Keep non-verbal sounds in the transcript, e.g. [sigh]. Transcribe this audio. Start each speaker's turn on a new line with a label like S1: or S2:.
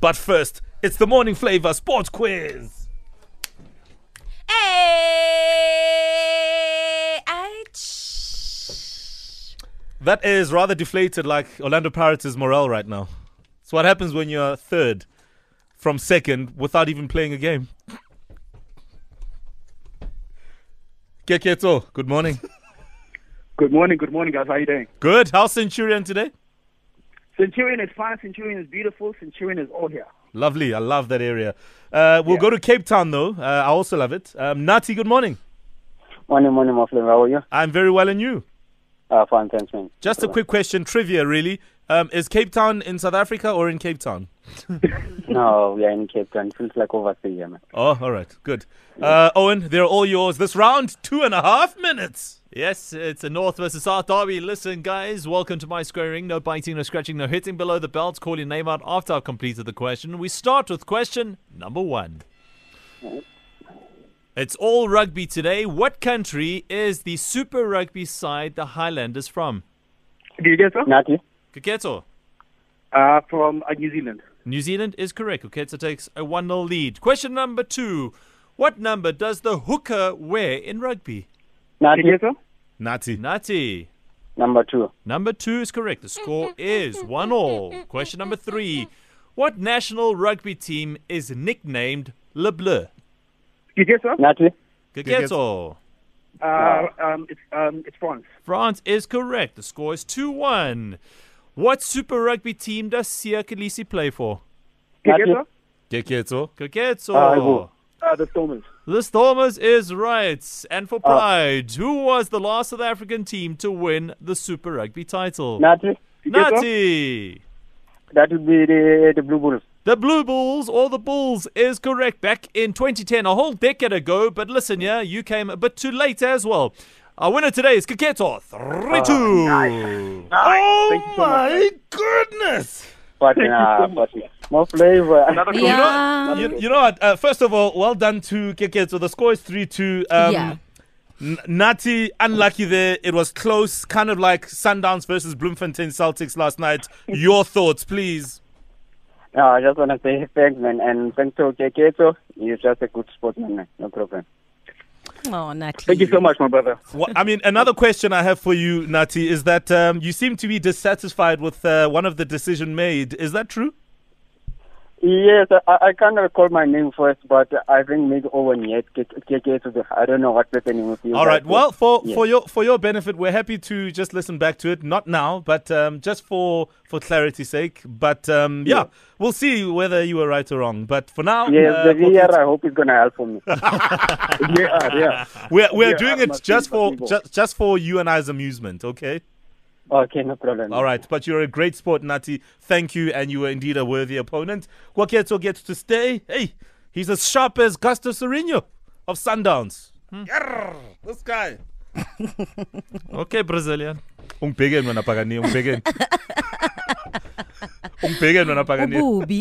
S1: But first, it's the morning flavor sports quiz.
S2: Hey, ouch.
S1: That is rather deflated, like Orlando Pirates' morale right now. It's what happens when you're third from second without even playing a game. Keketo, good morning.
S3: Good morning, good morning, guys. How you doing?
S1: Good. How's Centurion today?
S3: Centurion is fine. Centurion is beautiful. Centurion is all here.
S1: Lovely. I love that area. Uh, we'll
S3: Yeah.
S1: go to Cape Town, though. Uh, I also love it. Um, Nati, good morning.
S4: Morning, morning, my friend. How are you?
S1: I'm very well, and you?
S4: Uh, fine, thanks, man.
S1: Just a quick question, trivia, really. Um, is Cape Town in South Africa or in Cape Town?
S4: No, we are in Cape Town. Feels like over three years, man.
S1: Oh, all right, good. Uh, Owen, they're all yours. This round, two and a half minutes.
S5: Yes, it's a North versus South derby. Listen, guys, welcome to my square ring. No biting, no scratching, no hitting below the belt. Call your name out after I've completed the question. We start with question number one. It's all rugby today. What country is the Super Rugby side the Highlanders from?
S3: Do you get so?
S4: Nati?
S5: Kuketo.
S3: Uh, from uh, New Zealand.
S5: New Zealand is correct. Kuketo takes a 1 0 lead. Question number two. What number does the hooker wear in rugby?
S3: Do
S4: Nati?
S3: you get so?
S1: Natty.
S5: Nati.
S4: Number two.
S5: Number two is correct. The score is one all. Question number three. What national rugby team is nicknamed Le Bleu?
S3: Do you get so?
S4: Nati?
S5: Gagetso.
S3: Uh, um, it's, um, it's France.
S5: France is correct. The score is 2 1. What super rugby team does Sia Khaleesi play for?
S3: Do you
S4: Nati?
S3: get so?
S1: Keketo.
S5: Gagetso.
S4: Aibo.
S3: Uh, the Stormers.
S5: The Stormers is right. And for pride, who was the last South African team to win the super rugby title?
S4: Nati?
S3: Gagetso.
S5: Nati.
S4: That would be the, the Blue Bulls.
S5: The Blue Bulls or the Bulls is correct back in 2010, a whole decade ago. But listen, yeah, you came a bit too late as well. Our winner today is Kaketo 3 2.
S1: Oh
S3: Thank you so much.
S1: my goodness!
S4: But, uh, but more flavor.
S3: Another
S1: You
S2: Yeah.
S3: yeah.
S1: know, you, you know what? Uh, first of all, well done to Keketo. The score is 3 2. Um,
S2: Yeah.
S1: N- Nati, unlucky there. It was close, kind of like Sundowns versus Bloemfontein Celtics last night. Your thoughts, please.
S4: [laughs] No, I just want to say thanks, man. And thanks to Keketo. He's just a good sportsman, man. No problem.
S2: Oh, Natty.
S3: Thank you so much, my brother.
S1: Wha- I mean, another question I have for you, Nati, is that um, you seem to be dissatisfied with uh, one of the decision made. Is that true?
S4: Yes, I, I can't recall my name first, but I think maybe Owen yet. Keketo. I don't know what's happening with you.
S1: All right.
S4: guys.
S1: Well, for,
S4: Yes.
S1: for your for your benefit, we're happy to just listen back to it. Not now, but um, just for for clarity's sake. But um, yeah,
S4: Yeah.
S1: we'll see whether you were right or wrong. But for now,
S4: Yes,
S1: uh,
S4: the
S1: we'll
S4: VR,
S1: get-
S4: I hope it's going to help for
S1: [laughs]
S4: me. [laughs]
S3: yeah, yeah.
S1: we're we're
S3: yeah,
S1: doing
S3: I'm
S1: it
S3: not
S1: just for
S3: feeling that evil.
S1: just, just for you and I's amusement. Okay.
S4: okay, no problem.
S1: All right. But you're a great sport, Nati. Thank you, and you were indeed a worthy opponent. Waketo gets to stay. Hey, he's as sharp as Gusto Sereno of Hmm? Sundowns. Yarr, this guy.
S5: [laughs] Okay, Brazilian.
S1: Ungibheken wena Pakani,
S5: [laughs]
S1: ungibheken. Ungibheken wena Pakani.
S2: Ububi.